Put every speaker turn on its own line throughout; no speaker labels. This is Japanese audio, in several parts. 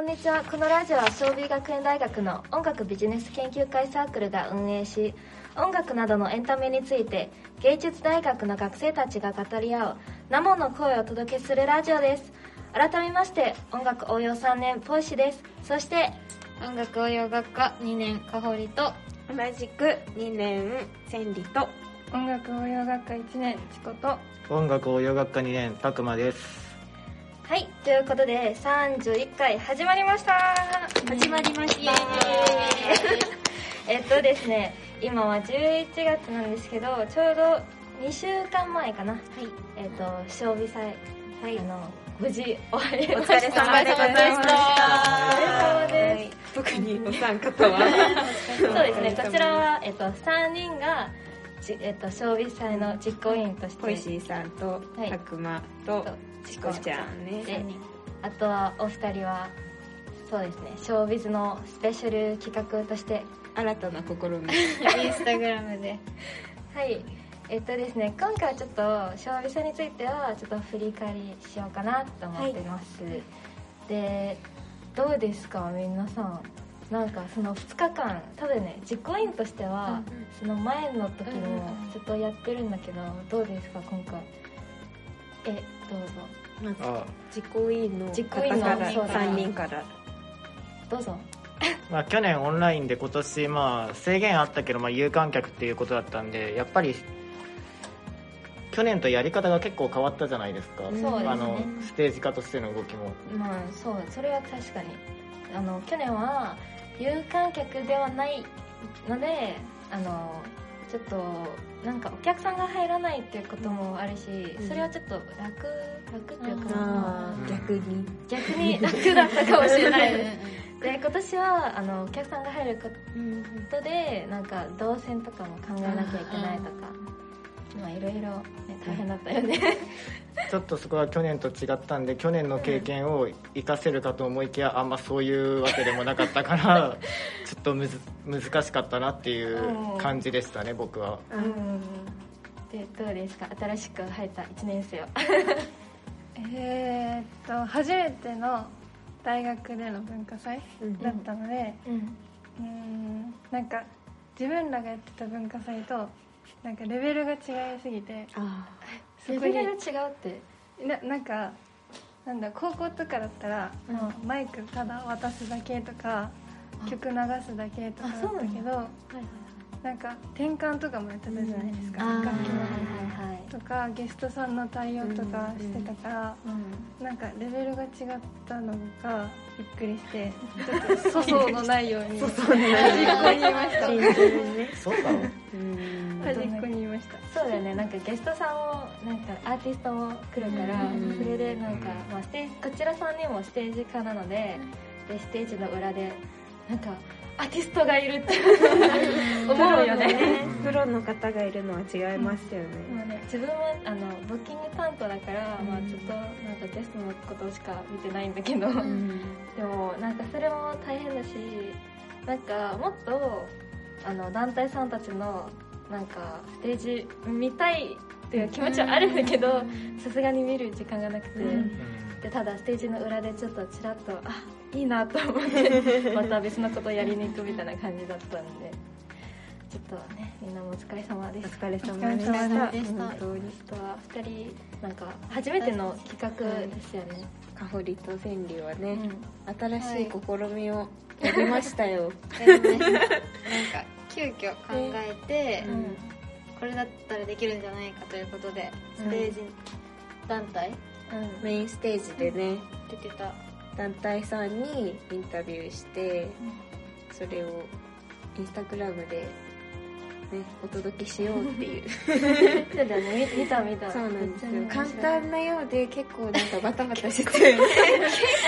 にちはこのラジオは小美学園大学の音楽ビジネス研究会サークルが運営し音楽などのエンタメについて芸術大学の学生たちが語り合う生の声をお届けするラジオです改めまして音楽応用3年ポイシですそして
音楽応用学科2年かほりと
同じく2年千里と
音楽応用学科1年チコと
音楽応用学科2年たくまです
はいということで31回始まりました
始まりまし
イエーイ
た
えっとですね今は11月なんですけどちょうど2週間前かなはいえっ、と勝美祭はいあの無事終わりました
お疲れ様でござい
お
ま
疲れ様です
す特にお三方 は
そうですねこちらは、えっと3人がじ、えっと勝美祭の実行委員として
ポイシーさんと
はい
たくまとチコちゃん
で
ね
あとはお二人はそうですねショービズのスペシャル企画として
新たな試み
インスタグラムで
はいえっとですね今回はちょっとショービズについてはちょっと振り返りしようかなと思ってます、でどうですか皆さんなんかその2日間多分ね実行委員としては、その前の時もずっとやってるんだけど、どうですか今回えどうぞ
まず
あ
実行委員の
実行
方
委員の
から
そうだ
3人から
どうぞ
まあ、去年オンラインで今年まあ制限あったけどまあ有観客っていうことだったんでやっぱり去年とやり方が結構変わったじゃないですか
そうです
ね
あのステージ化としての動きも
まあそうそれは確かにあの去年は有観客ではないのであのちょっとなんかお客さんが入らないっていうこともあるし、
ん
それはちょっと楽楽っていうか、
あ
うん
ー逆に
逆に 楽だったかもしれないです
す
で今年はあのお客さんが入ることでなんか動線とかも考えなきゃいけないとか、まあいろいろ、ね、大変だったよね
ちょっとそこは去年と違ったんで去年の経験を生かせるかと思いきやあんまそういうわけでもなかったから ちょっとむず難しかったなっていう感じでしたね僕は。
うんでどうですか新しく入った1年 生は
えー、っと初めての大学での文化祭
うん
だったので
うん
うんなんか自分らがやってた文化祭となんかレベルが違いすぎて
あ
そ
レ
こ
ベルが違う
に
って
ななんかなんだ高校とかだったら、
うん
あのマイクただ渡すだけとか
あ
曲流すだけとかだったけどな
はい
んか転換とかもやってたじゃないですか、
あー
楽器の。
はいはいはい
とかゲストさんの対応とかしてたから、
うん
なんかレベルが違ったのがびっくりしてちょっと粗相のないよう に端っこに言いまし
あ
た
新人ね
そうだろう
うん
端っこに言いました
そうだよねなんかゲストさんもなんかアーティストも来るから
うん
それでなんか
う、
まあ、ステージこちら3人もステージ化なのででステージの裏でなんかアーティストがいるって思うよね
プロの方がいるのは違いますよね、
まあね、自分はあのブッキング担当だから、
うん
まあ、ちょっとなんかゲストのことしか見てないんだけど、
うん
でもなんかそれも大変だしなんかもっとあの団体さんたちのなんかステージ見たいっていう気持ちはあるんだけどさすがに見る時間がなくて、
うん
でただステージの裏でちょっとちらっとあいいなと思ってまた別のことやりに行くみたいな感じだったんでちょっとねみんなもお疲れ様で
お
す
疲れ様で
お疲
れ様で
し
したた
本当に
あとは2人なんか初めての企画ですよね、
かほりと千里は
う
ね、
ん
新しい試みをやりました よ、
なんか急遽考えて、
うん
これだったらできるんじゃないかということで
うん
ステージ団体
う
メインステージでね
出てた
団体さんにインタビューしてそれをインスタグラムで、ね、お届けしようっていう
ん、そうだよね見見た見た
そうなんですよ
めっちゃ
簡
面白い
単なようで結構なんかバタバタして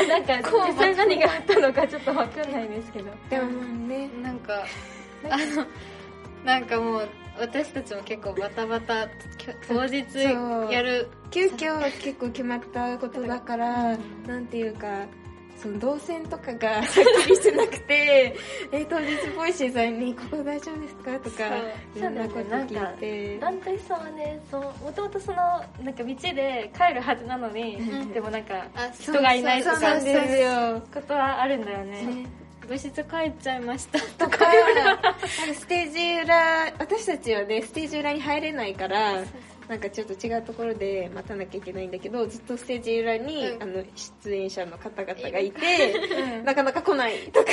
なんか実際何があったのかちょっとわかんないですけど
でもね
なんかあのなんかもう私たちも結構バタバタ きょ当日
そう
やる
急遽結構決まったことだからなんていうかその動線とか がさっきりしてなくてえ当日ボイシーさんに「ここ大丈夫ですか?」とか
そう
いろんなこと聞いて
団体さんはねそのもともとそのなんか道で帰るはずなのに、
うん
でもなんか
あ
人がいないと
そう
か
そうそう
そういうことはあるんだよね
ね
部室帰っちゃいました
とかなんかステージ裏私たちはねステージ裏に入れないからなんかちょっと違うところで待たなきゃいけないんだけどずっとステージ裏に、
うん
あの出演者の方々がいて なかなか来ないとか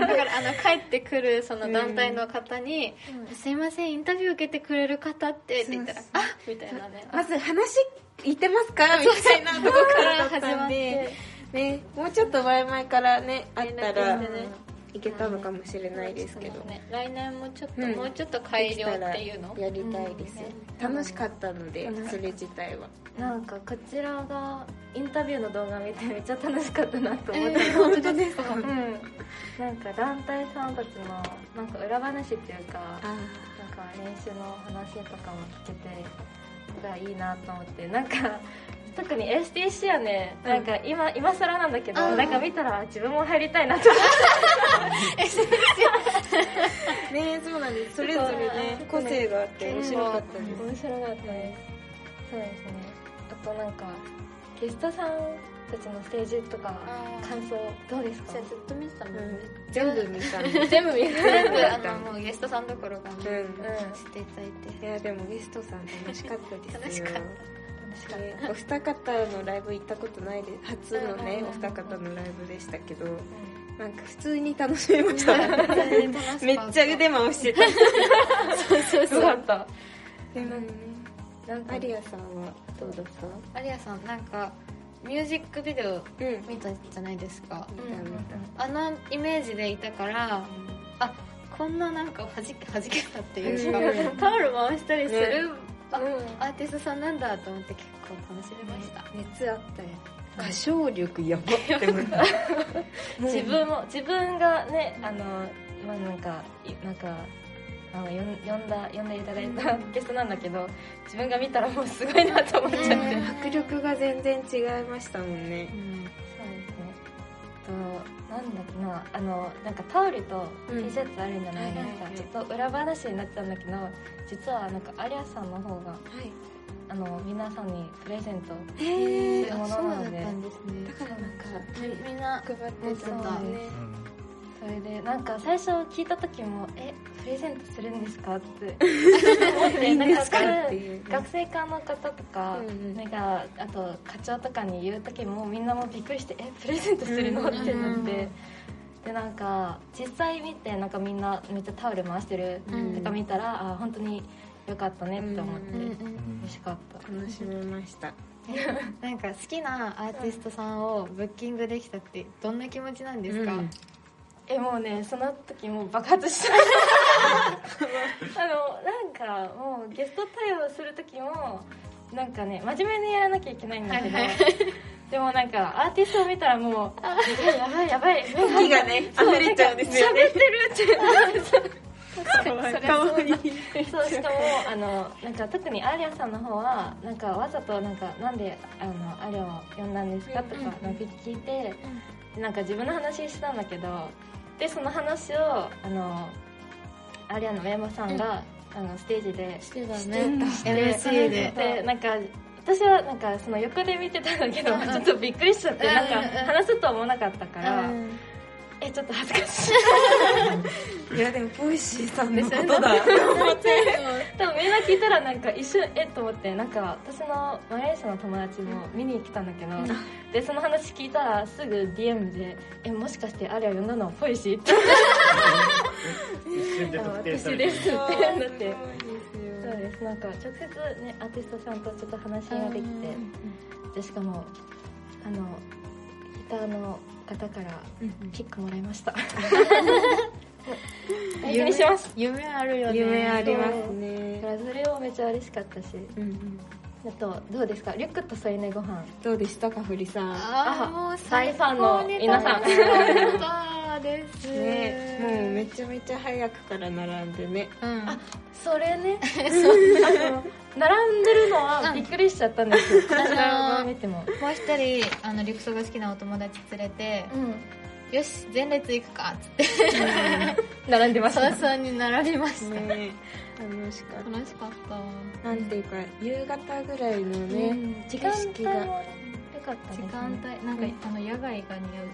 だからあの帰ってくるその団体の方に「すいませんインタビュー受けてくれる方って」って言ったら
そう
「あみたいなね
まず話いてますかみたいなとこから だったんで、ね、もうちょっと前々からねあったら
連絡してね
いけたのかもしれないですけど、
そうね来年もちょっと、
うん
もうちょっと改良っていうの
できたらやりたいです、楽しかったので、それ自体は
なんかこちらがインタビューの動画見てめっちゃ楽しかったなと思って、
本当です か
うんなんか団体さんたちのなんか裏話っていうか
あ
なんか練習の話とかも聞けてがいいなと思ってなんか特に STC はね、
うん
なんか今今更なんだけど、
うん
なんか見たら自分も入りたいなと思って
あねそうなんですそれぞれね個性があって面白かったです、
面白かったですそうですねあとなんかゲストさんたちのステージとか
あー
感想どうですか
じゃあずっと見てたもんね、
うん全部見たんで
全部見全部
た
あのもうゲストさんどころかね、
うん
していただい
いやでもゲストさん楽しかったですよ
楽しかった
楽しかっ
ねお二方のライブ行ったことないです初の
うんうん
ね
うん
お二方のライブでしたけど
た
なんか普通に楽しめました
て楽しかた
めっちゃ腕回してた
すごかった
でもね
なんか
アリアさんはどうだっ
アリアさんなんかミュージックビデオ
たうん
見たじゃないですか
見た見た
あのイメージでいたからあこんななんかはじけはじけたっていうか、
うん
タオル回したりする、あ
うん
アーティストさんなんだと思って結構楽しめました、
熱あったよ歌唱力やばって思った
自分も自分がねあのまあなんかいなんかあのよん呼んだ呼んでいただいたゲストなんだけど自分が見たらもうすごいなと思っちゃって、
ね
迫力が全然違いましたもんね
うん
そうですねとなんだっけなあのなんかタオルと
うん
T シャツあるじゃないですか、
はいはいはい
ちょっと裏話になっちゃうんだけど実はなんかアリアさんの方が
はい
あの皆さんにプレゼント
へえ
ー
あそうだったんです
だ
ね
からなんか
みんな
配ってたんだ
そう
ね
それでなんか最初聞いた時も「えプレゼントするんですか?」って 思って
いいんですか
なん多分
っていう
学生課の方とか、
うんうん
なんかあと課長とかに言う時もみんなもうびっくりして「えプレゼントするの?」ってなって、
うんうんうん
でなんか実際見てなんかみんなめっちゃタオル回してる
うん
とか見たら、あ本当に良かったねって思って、
うんうん
嬉しかった
楽しめました
なんか好きなアーティストさんをブッキングできたってどんな気持ちなんですか、
うん
えもうねその時もう爆発した あのなんかもうゲスト対応する時もなんかね真面目にやらなきゃいけないんだけど、
はいは
でもなんかアーティストを見たらもう「やばいやばいや ばい」
気がね溢れちゃうんですよね
顔にそうしかもあのなんか特にアリアさんの方はなんかわざとなんかなんであのアリアを呼んだんですかとか
うんうん
なんか聞いて、なんか自分の話したんだけどでその話をあのアリアのメンバーさんが、あのステージで
してた
ね
MC で
でなんか私はなんかその横で見てたんだけど、ちょっとびっくりしちゃって、
うん
なんか
うん
話すとは思わなかったから、えちょっと恥ずかしい
いやでもボイシーさんのことだ
でもみんな聞いたらなんか一瞬えっと思ってなんか私のマレーシアの友達も見に来たんだけど、でその話聞いたらすぐ DM で「えもしかしてあれを呼んだのポイシー?」って
一瞬で
言ったら
特定さ
私
れ
で
て
す」ってなって
す
そ
ご
う
いですよ
ですなんか直接ねアーティストさんとちょっと話ができてでしかもあのギターの方からピックもらいました 大事にします
夢あるよね
夢あります
だ
ね
からそれをめっちゃ嬉しかったし
うんうん
あとどうですかリュックと添い寝ご飯
どうでしたかふりさん
ああもう
大ファンの皆さん
最高に楽しかったです、
ねもうめちゃめちゃ早くから並んでね
うん
あそれねあの並んでるのはびっくりしちゃったんですよこちらを見ても
もう一人あの陸送が好きなお友達連れて、
うん
よし前列行くかっつって
並んでました
早々に並びました、
ね楽しかっ
楽しかったわ
たなんていうか夕方ぐらいの
う
ね
ん時間帯も良かったです
時
ね
間帯なんか、あの野外が似合う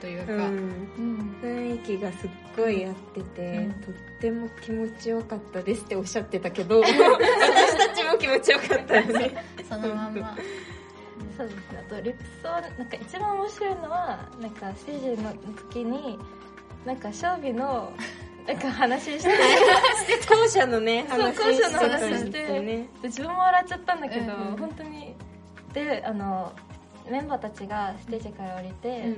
という
う
か、
ん
うん
雰囲気がすっごい合ってて、
うん
とっても気持ちよかったですっておっしゃってた けど私たちも気持ちよかったよね
そのまんま
そうですねあとルプソなんか一番面白いのはなんかステージの時になんか勝負 のなんか話して
校舎のね
そう
話
校舎の話
してた
し
ん
て
ですよね
自分も笑っちゃったんだけど、
うんうん
本当にであのメンバーたちがステージから降りて、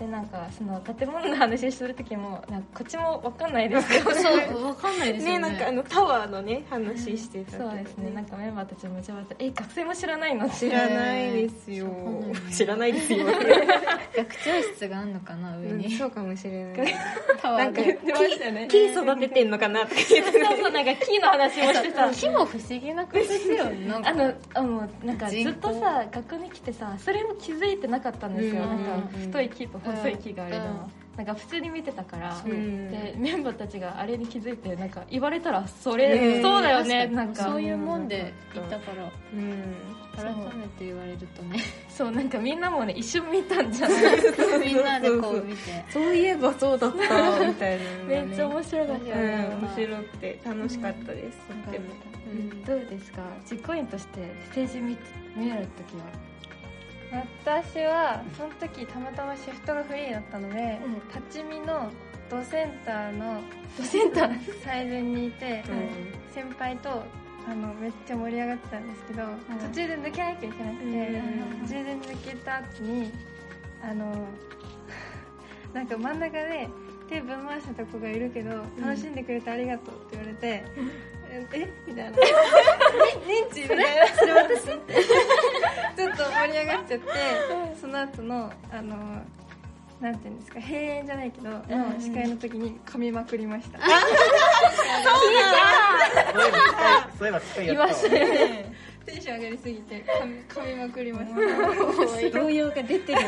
でなんかその建物の話する時もなんかこっちも分かんないですけ ど
そうわかんないですよね
ねなんかあのタワーのね話してたけど
そう
ね
ですねなんかメンバーたちもめちゃめちゃ「え学生も知らないの?」知
知らないですよ
そうかな
知らないですよ
学長室があるのかな上
うん
に
そうかもしれない
タワ
な
ー
んか
で
言ってましたね
木木育ててんのかなとか言って
そうそうなんか木の話もしてた
木も不思議な感じですよねなんか
あのあのなんかず
人工
っとさ学校に来てさそれも気づいてなかったんですよ、
うん
なんか
うん
太い木と細い木があるの、
う
なんか普通に見てたから、
うん
でメンバーたちがあれに気づいてなんか言われたらそれ、
ねえ
そうだよねなんか
そういうもんで行ったから
うん
改めて言われるとね
そうなんかみんなもね一瞬見たんじゃない
みんなでこう見て
そういえばそうだったみたいなのがね
めっちゃ面白かっ
う
た、
ん面白くて楽しかったですとてもうん
どうですか実行委員としてステージ見見える時は
私はその時たまたまシフトがフリーだったので、立ち見のドセンターの
ドセンター
最前にいて、
うん
先輩とあのめっちゃ盛り上がってたんですけど、途中で抜けなきゃいけなくて、
うん
途中で抜けた後にあの なんか真ん中で手ぶん回した子がいるけど楽しんでくれてありがとうって言われて、えみ たいなえ認知みたいなそれ私 ちょっと盛り上がっちゃってその後のあのなんていうんですか閉園じゃないけど、の司会の時に噛みまくりました
いました
そういえばそういえばやったわ
よね
テンション上がりすぎて噛み噛みまくりました
動揺が出てる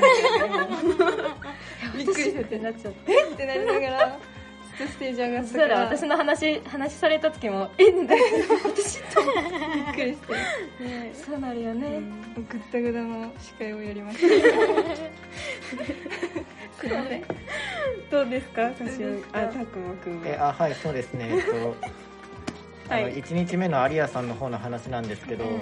びっくりし
ってなっちゃった
てってなりながらちょっとステージ上がっ
そし
たか
たら
ら
私の話話された時も「えなんだ
びっくりして
そうなるよね、
もうぐったぐだの司会をやりました
どうですか私はあたくまくん
え
は
あはいそうですねえっとあの1日目の有谷さんの方の話なんですけど、
うん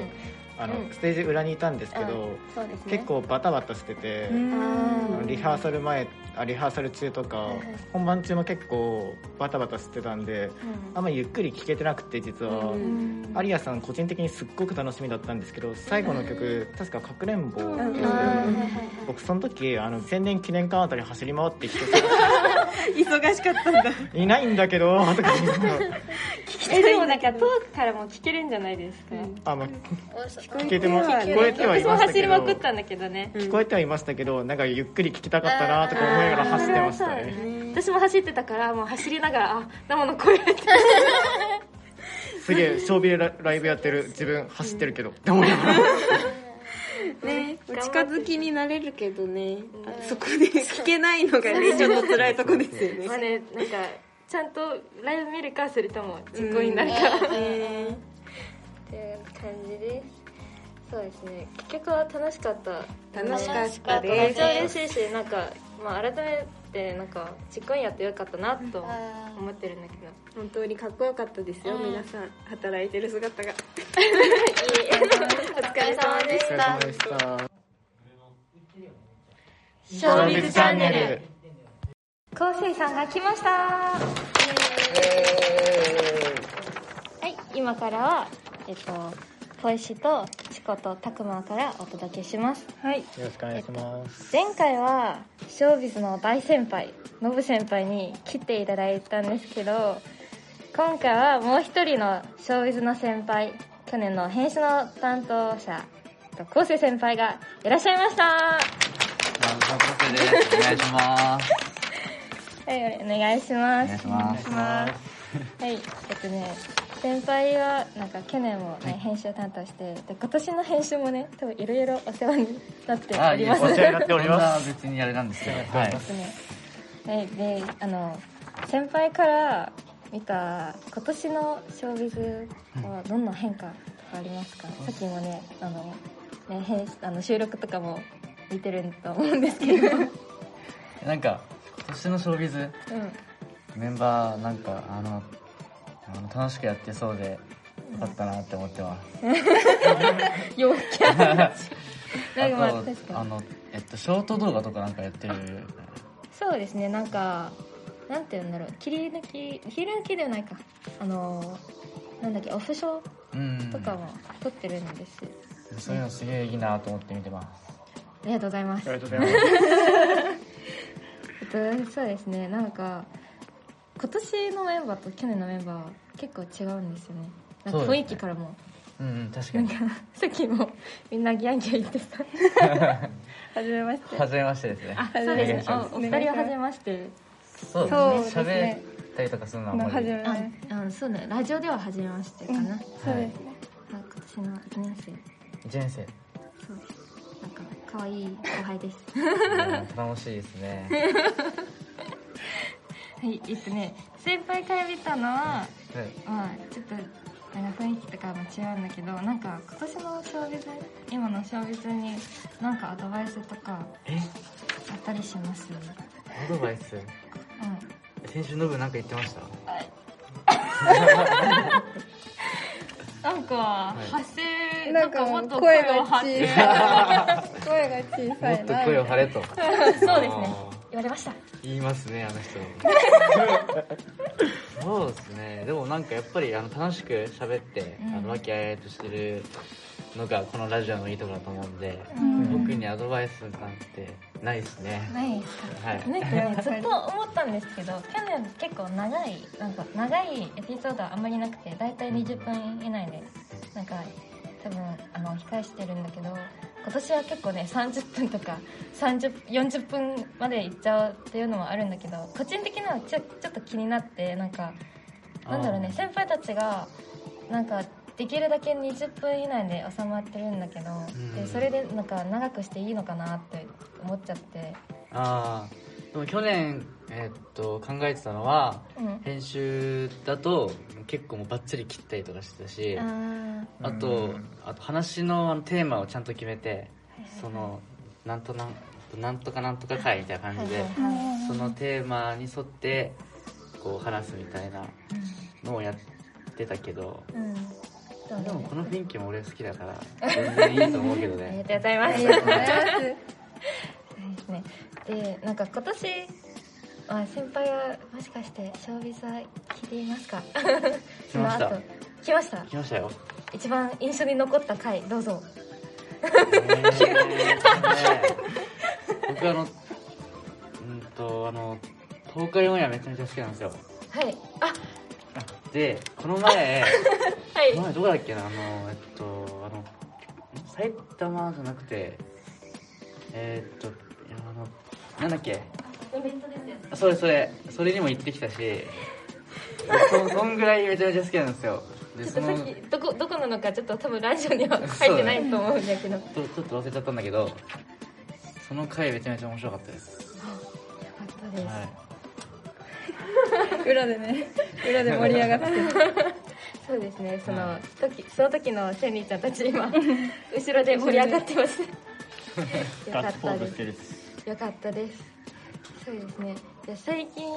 あの
うん
ステージ裏にいたんですけど、
そうですね
結構バタバタしてて、あのリハーサル前あリハーサル中とか、
いはい
本番中も結構バタバタしてたんであんまりゆっくり聴けてなくて実は、
うん
有谷さん個人的にすっごく楽しみだったんですけど最後の曲、確か「かくれんぼ」
うん
ですよ
あー
ね
はいはい
僕その時あの千年記念館あたり走り回って人
忙しかったんだ
いないんだ けどとか言って
えでもなんか遠くからも聞けるんじゃないですか、
あまあ
こ
聞けても
聞
聞こえては
私
い
も
ました
走
け
りま
ど
くったんだけどね、
聞こえてはいましたけどなんかゆっくり聞きたかったなとか思いながら走ってましたね
私も走ってたからもう走りながらあ生の声って
すげえショービルラライブやってる自分走ってるけどって思いながら
ねお近づきになれるけどねあそこで聞けないのがねちょっと辛いとこですよね
まあねなんかちゃんとライブ見るかそれとも実行になるか、
ね
っていう感じですそうですね結局は楽しかった
楽しかった
め
で
っ
す
ちゃ嬉しいしなんか、まあ、改めてなんか実行委員やってよかったなと思ってるんだけど
本当にかっこよかったですよ
うん
皆さん働いてる姿が
お疲れ様で
お疲れ様でした
シ
「ービズチャンネル」
昴生さんが来ましたはい今からはえっとポイシとチコとタクマからお届けします
はい
よろしくお願いします
前回はショービズの大先輩ノブ先輩に来ていただいたんですけど今回はもう一人のショービズの先輩去年の編集の担当者昴生先輩がいらっしゃいましたは
マンズのコスです。お願いします。
いおはい、お願いし
お
ます。
願いします
お願いしますはい、えっとね、先輩は、なんか去年もね、編集担当して、で、今年の編集もね、多分いろいろお世話になってお
あ、い
り
え、
ま
お
す。
世話になっておりま。
ます
別にあれなんですけど、はい。
ねはい、で、あの、先輩から見た今年のショービズはどんな変化とかありますか、さっきもね、あの、ね、編あの収録とかも見てると思うんですけど。うん。
なんか、今年のショービズ、メンバー、なんか、あの、あの楽しくやってそうで、よかったなって思ってます。
陽キャ。なんかまあ
あ
確か
と、
に
あの、えっと、ショート動画とかなんかやってる。
そうですね、なんか、なんて言うんだろう、切り抜き、切り抜きではないか。あの、なんだっけ、オフショ
うん。
とかも撮ってるんです。
そういうのすげえいいなと思って見てます。
ありがとうございます。
りがとうございます
えっと、そうですねなんか今年のメンバーと去年のメンバーは結構違うんですよねなんか
そうです
雰
ね
囲気からも、
うんうん、確か
なん
に
か。 さっきもみんなギャンギャン言ってた
はじめまして。
初めましてですね。
あそうですね
お願いしま
おお二人は初めまして
そう
そう
で
です
すね
ね。
喋ったりとかするのはあん
の
ま
はじ
り。
め
はい
まし
あ
て。
のそうねラジオでは初めましてかな、あ
そうですね。
今年の1年生
一年生。
そうですなんか可愛い後輩です
楽しいですね。
はいえっとね先輩から見たのは
はい
まあちょっとなんか雰囲気とかも違うんだけどなんか今年の小別今の小別になんかアドバイスとか
え、
あったりします
アドバイス
う
先週の分なんか言ってました
ん、なんか、発声
な
なんん
か
か
も
も
っ
っ
と
と
声
声
が
を
小
張
さ
っ
い
て
声が小さ
もっ
い
と
な。
声を張れと
そうですね言われました
言いますねあの人 そうですねでもなんかやっぱりあの楽しく喋って、
うん
あの和気あいあいとしてるのがこのラジオのいいところだと思うんで、
うん
僕にアドバイスなんてないですね、
ないですか
はい
なんかね、ずっと思ったんですけど去年結構長いなんか長いエピソードはあんまりなくて大体20分以内でなんか多分あの控えしてるんだけど今年は結構ね30分とか30 40分までいっちゃうっていうのもあるんだけど個人的なのはちょちょっと気になってなんかなんだろうね先輩たちがなんかできるだけ20分以内で収まってるんだけど、
ん
でそれでなんか長くしていいのかなって思っちゃって。
ああでも去年、えーっと考えてたのは
うん
編集だと結構もうバッチリ切ったりとかしてたし
あ
あとあと話のあのテーマをちゃんと決めてそのなんとなんなんとかなんとか会みたいな
ー
感じで
はいはいはい
そのテーマに沿ってこう話すみたいなのをやってたけど
うんそう
で
だ
も
ね
この雰囲気も俺好きだ から全然いいと思うけど
ありが
ね
とうございます。
声
ですね。で、なんか今年、あ先輩はもしかしてショービズは聞いていますか？
来ました
その後。来ました。
来ましたよ
一番印象に残った回どうぞ。
ね僕あのうんとあの東海オンエアめちゃめちゃ好きなんですよ
はい。あ、
でこの前
はい
この。前どこだっけなあのえっとあの埼玉じゃなくてえーっといやあのなんだっけ
イベントですよね。
それそれそれにも行ってきたしそそんぐらいめちゃめちゃ好きなんですよで
ちょっと
そ
さ
の
っきどこどこなのかちょっと多分ラジオには書いてないと思うんだけど。
ちょちょっと忘れちゃったんだけどその回めちゃめちゃ面白かったです、
よかったです。
は い、
裏でね、裏で盛り上がって。
そうですね。その
はい
時その時の千里ちゃんたち 今後ろで盛り上がって ます。よか
ガッ
っ
ツポ
た
ー
で
ズ
す
し。てる
よかったですそうですねで最近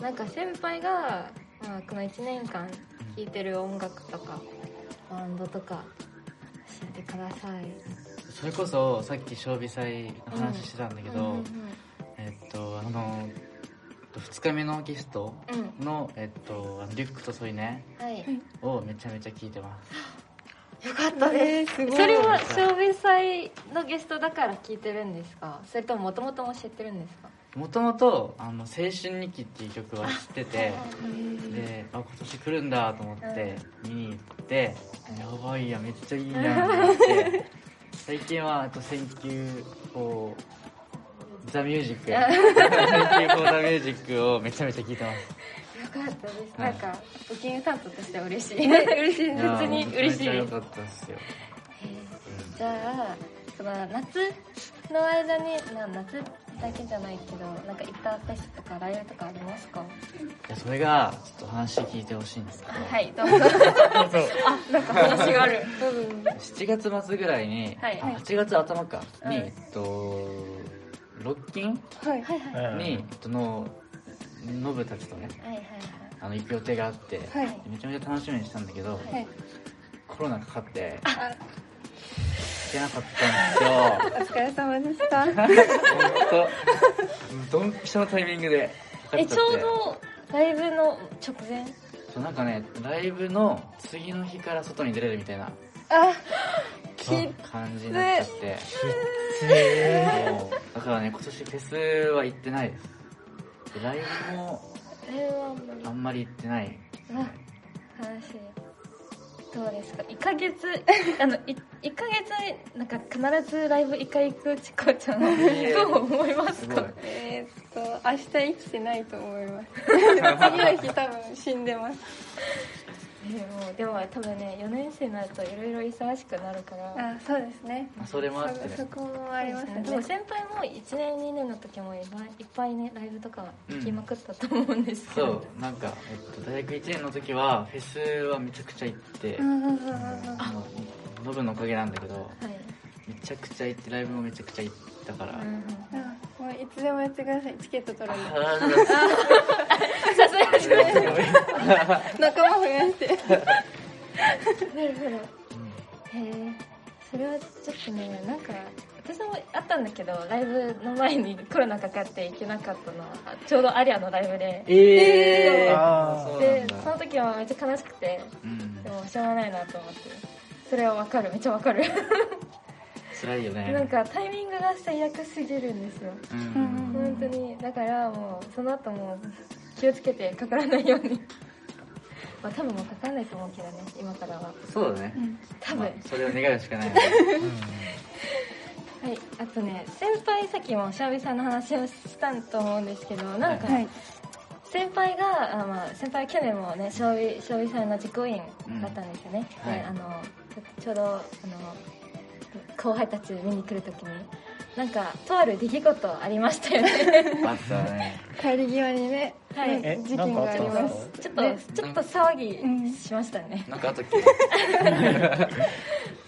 なんか先輩が、まあ、この1年間聴いてる音楽とかバンドとか教えてください
それこそさっき将棋祭の話してたんだけど、
うんうん
えっとあの2日目のゲスト
うん
の、えっと、あのリュックとソイネ
はい
をめちゃめちゃ聞いてます
よかったです
すごい。
それは照明祭のゲストだから聞いてるんですかそれとももともとも知ってるんですか
もともと「あの青春日記」っていう曲は知っててであ今年来るんだと思って見に行ってやばいやめっち ゃいいやんって思って最近はあと選球をザ・ミュージック最近こうザ・ミュージックをめちゃめちゃ聴いてます
かったです
は
ないんか募金担当としては嬉しい嬉しい
いや
普通に嬉しい
めちゃめちゃ良かったですよ
じゃあその夏の間に、まあ、夏だけじゃないけどなんか行ったフェスとかライブとかありますか
いやそれがちょっと話聞いてほしいんですけど、
はいどうぞ
そう
なんか話がある
7月末ぐらいに、
はい
あ8月頭かに、
うん
えっとロッキン
はいはい
に、えっとのノブたちとね
はいはい
あの行く予定があって、
はい
めちゃめちゃ楽しみにしたんだけど、
はい
コロナかかって行けなかったん
お疲れ様でし た
ですよ本当ドンピシャのタイミングでかか
え
っちゃって
ちょうどライブの直前
そうなんかねライブの次の日から外に出れるみたいな感じになっちゃってそうだからね今年フェスは行ってないですでライブも
えはもう
あんまり行ってない
話どうですか1ヶ月あのい一ヶ月なんか必ずライブ1回行くちこちゃんど
え
う思います
すごい
か
えーっと明日生きてないと思います次の日多分死んでます
えーもうでも多分ね4年生になるといろいろ忙しくなるから
あそうですね
まあそれもあってね
そそこもありますね
でも先輩も1年2年の時もいっぱいいっぱいねライブとか行きまくったと思うんですけ
そ
ど、
うなんか、えっと、大学1年の時はフェスはめちゃくちゃ行って、
うんうんうんうんうん
あのノブのおかげなんだけど
はい、
めちゃくちゃ行ってライブもめちゃくちゃ行ったから、
うんうん、
あもういつでもやってくださいチケット取るんで
あーさすがに
仲間増やして
なるほど。へえ、それはちょっとね、なんか、私もあったんだけど、ライブの前にコロナかかって行けなかったのは、あちょうどアリアのライブで。
えー、
あー
そうな
で
ん、
そ
だ、
の時はめっちゃ悲しくて、
うん
で、もしょうがないなと思って。それはわかる、めっちゃわかる。
辛いよね
なんかタイミングが最悪すぎるんですよ。
うん
本当に。だからもう、その後も気をつけてかからないように。 まあ多分もうかかんないと思うけどね、今からは。
そうだね、
多
ま
分
あ。それを願うしかない、ね、
はい、あとね先輩さっきもしゃべさんの話をしたと思うんですけどなんか、
はい
先輩があ、まあ、先輩去年もね将棋将棋さんの実行委員だったんですよね、
うん
で
はい
あのちょちょうどあの後輩たち見に来るときになんかとある出来事ありましたよね
あったね
帰り際にね
はい
え
事
なん
件
か
が
あった
あり
んで
ますす
か
ちょっと、ちょっと騒ぎしましたね、
なんかあったっけ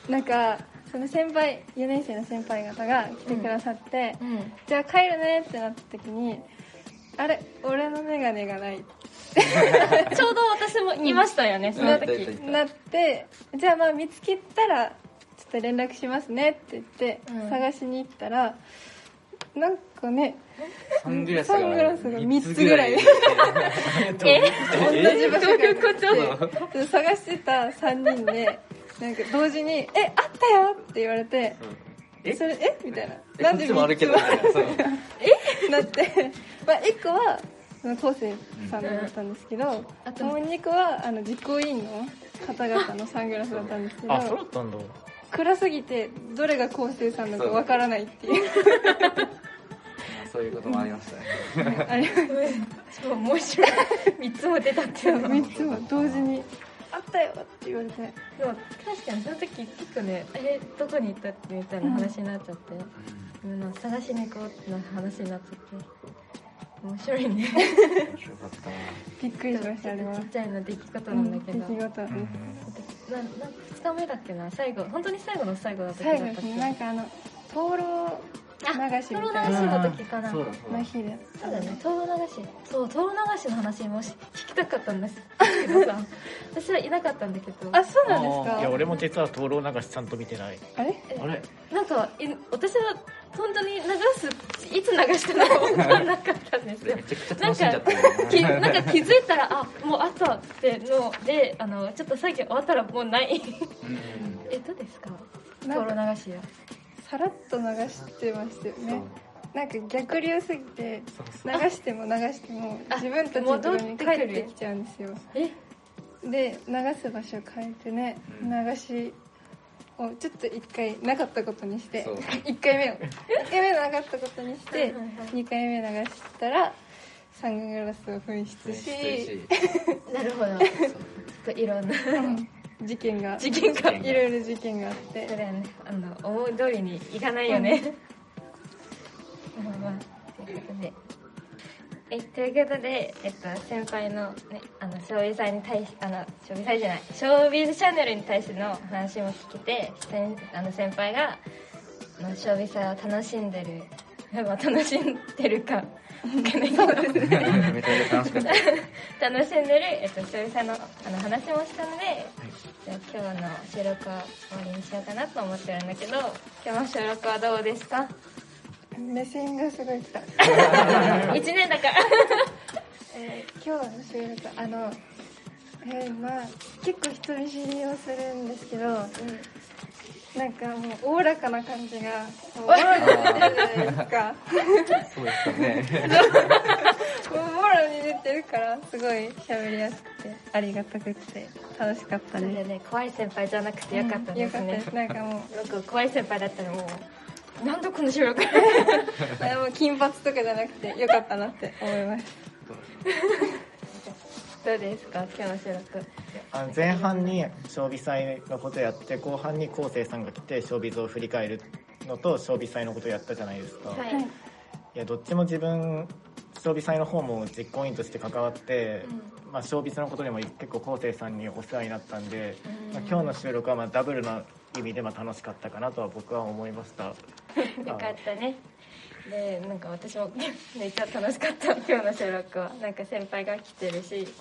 なんかその先輩4年生の先輩方が来てくださって、
うん
じゃあ帰るねってなった時にあれ俺の眼鏡がな い
ちょうど私もいましたよね、その時、
うん
なってじゃあまあ見つけたらちょっと連絡しますねって言って、
うん
探しに行ったらなんかね
サングラス
サングラスが
三
3つぐらい同じ場所から来て探してた3人でなんか同時に「えあったよ!」って言われて「
え
それえみたいな「
え
な
こ
ん
っ
で
ちもあるけど
三
み
つ
たいなそう
なって、 まあ、1個はその昴生さんのだったんですけど、あともう2個はあの実行委員の方々のサングラスだったんですけ
あそうだ
ど
ったんだ
暗すぎてどれが昴生さんのかわからないって いう
そういうこともありましたね
あれ
超面白い3つも出たっていうの
3つも同時に「あったよ!」って言われて
でも確かにその時結構ね「えどこに行った?」みたいな話になっちゃって、うん探しに行こうってな話になっちゃって面白いね
面白かったな
びっくりしましたあれは
ちっ。ちゃいの出来事
う
なん
ん
だけ
出来
ど、
事
な
です
なんか2日目だっけな最後本当に最後の最後だった時だっ
最
た
後
っ
です
け
ねなんかあの灯籠流しみた
灯籠
いな
流しの時かな
そ
そうう
だそうだ
の日で
だね灯籠流しそう灯籠流しの話もし聞きたかったん ですけどさ私はいなかったんだけど
あそうなんです
あ
か
いや俺も実は灯籠流しちゃんと見てない
あれ
あれ
なんかい私は本当に流すいつ流 したのか分かんなかったんですよ
めちゃくちゃ楽しんじゃったよ
き
ね
なんか気づいたらあもう朝ってのであのちょっと作業終わったらもうない
うん
えどうですか
な
道
ん
路
か
流しや
さらっと流してましたよねなんか逆流すぎて
そうそう
流しても流しても
あ
自分たちのところに帰ってきちゃうんですよ
え
で流す場所を変えてね
うん
流しをちょっと一回なかったことにして
そう
1回目を1回目なかったことにして2回目流したらサングラスを紛失し
な るほどちょっといろんな
事件が
事件が
いろいろ事件があって
それはねあの思う通りにいかないよね、 まあまあということでえということで、えっと、先輩の,、ね、あの将棋さんに対しあの将棋さんじゃないショービズチャンネルに対しての話も聞けて先あの先輩が、まあ、将棋さんを楽しんでるやっぱ楽しんでるかわかんないけど
めちゃめちゃ楽しかった
楽しんでる、えっと、久々のあの話もしたので、じゃあ今日の収録は終わりにしようかなと思ってるんだけど今日の収録はどうです か
目線がすごい来た
?1 年だから
えー今日の収録あのえーまあ結構人見知りをするんですけど、なんかもうおおらかな感じがおおらかに出てるじゃないですか
そうですかね
もうおおらに出てるからすごい喋りやすくてありがたくて楽しかった
それで
で
ね怖い先輩じゃなくてよかった
よ
です
かったで
ね
す、なんかもう
なんか怖い先輩だったらもうなんでこの収録
あもう金髪とかじゃなくてよかったなって思い ます
どうですか今日の収録
あの前半に将棋祭のことやって後半に昴生さんが来て将棋図を振り返るのと将棋祭のことやったじゃないですか、い、
はい
やどっちも自分将棋祭の方も実行委員として関わって、まあ、将棋図のことでも結構昴生さんにお世話になったんで、まあ、今日の収録はまあダブルの意味でまあ楽しかったかなとは僕は思いました
よかったねでなんか私も めっちゃ楽しかった今日の収録はなんか先輩が来てるし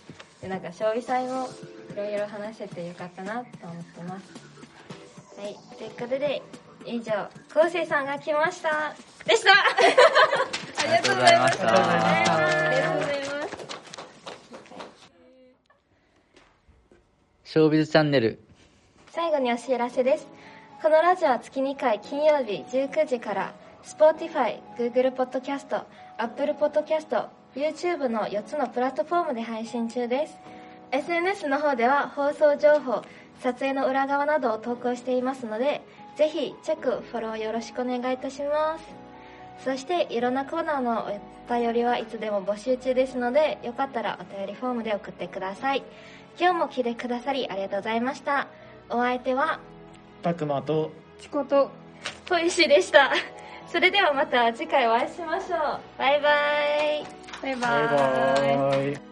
でなんか将棋祭もいろいろ話せてよかったなと思ってますはいということで以上昴生さんが来ましたでした
ありがとうございました
ありがとうございます
ショービズチャンネル
最後にお知らせですこのラジオは月2回金曜日19時から Spotify、Google Podcast、Apple Podcast、YouTube の4つのプラットフォームで配信中です SNS の方では放送情報、撮影の裏側などを投稿していますのでぜひチェック、フォローよろしくお願いいたしますそしていろんなコーナーのお便りはいつでも募集中ですのでよかったらお便りフォームで送ってください今日も聞いてくださりありがとうございましたお相手は
たくまと
チコと
トイシでしたそれではまた次回お会いしましょうバイバイ
バイバ
バイバーイ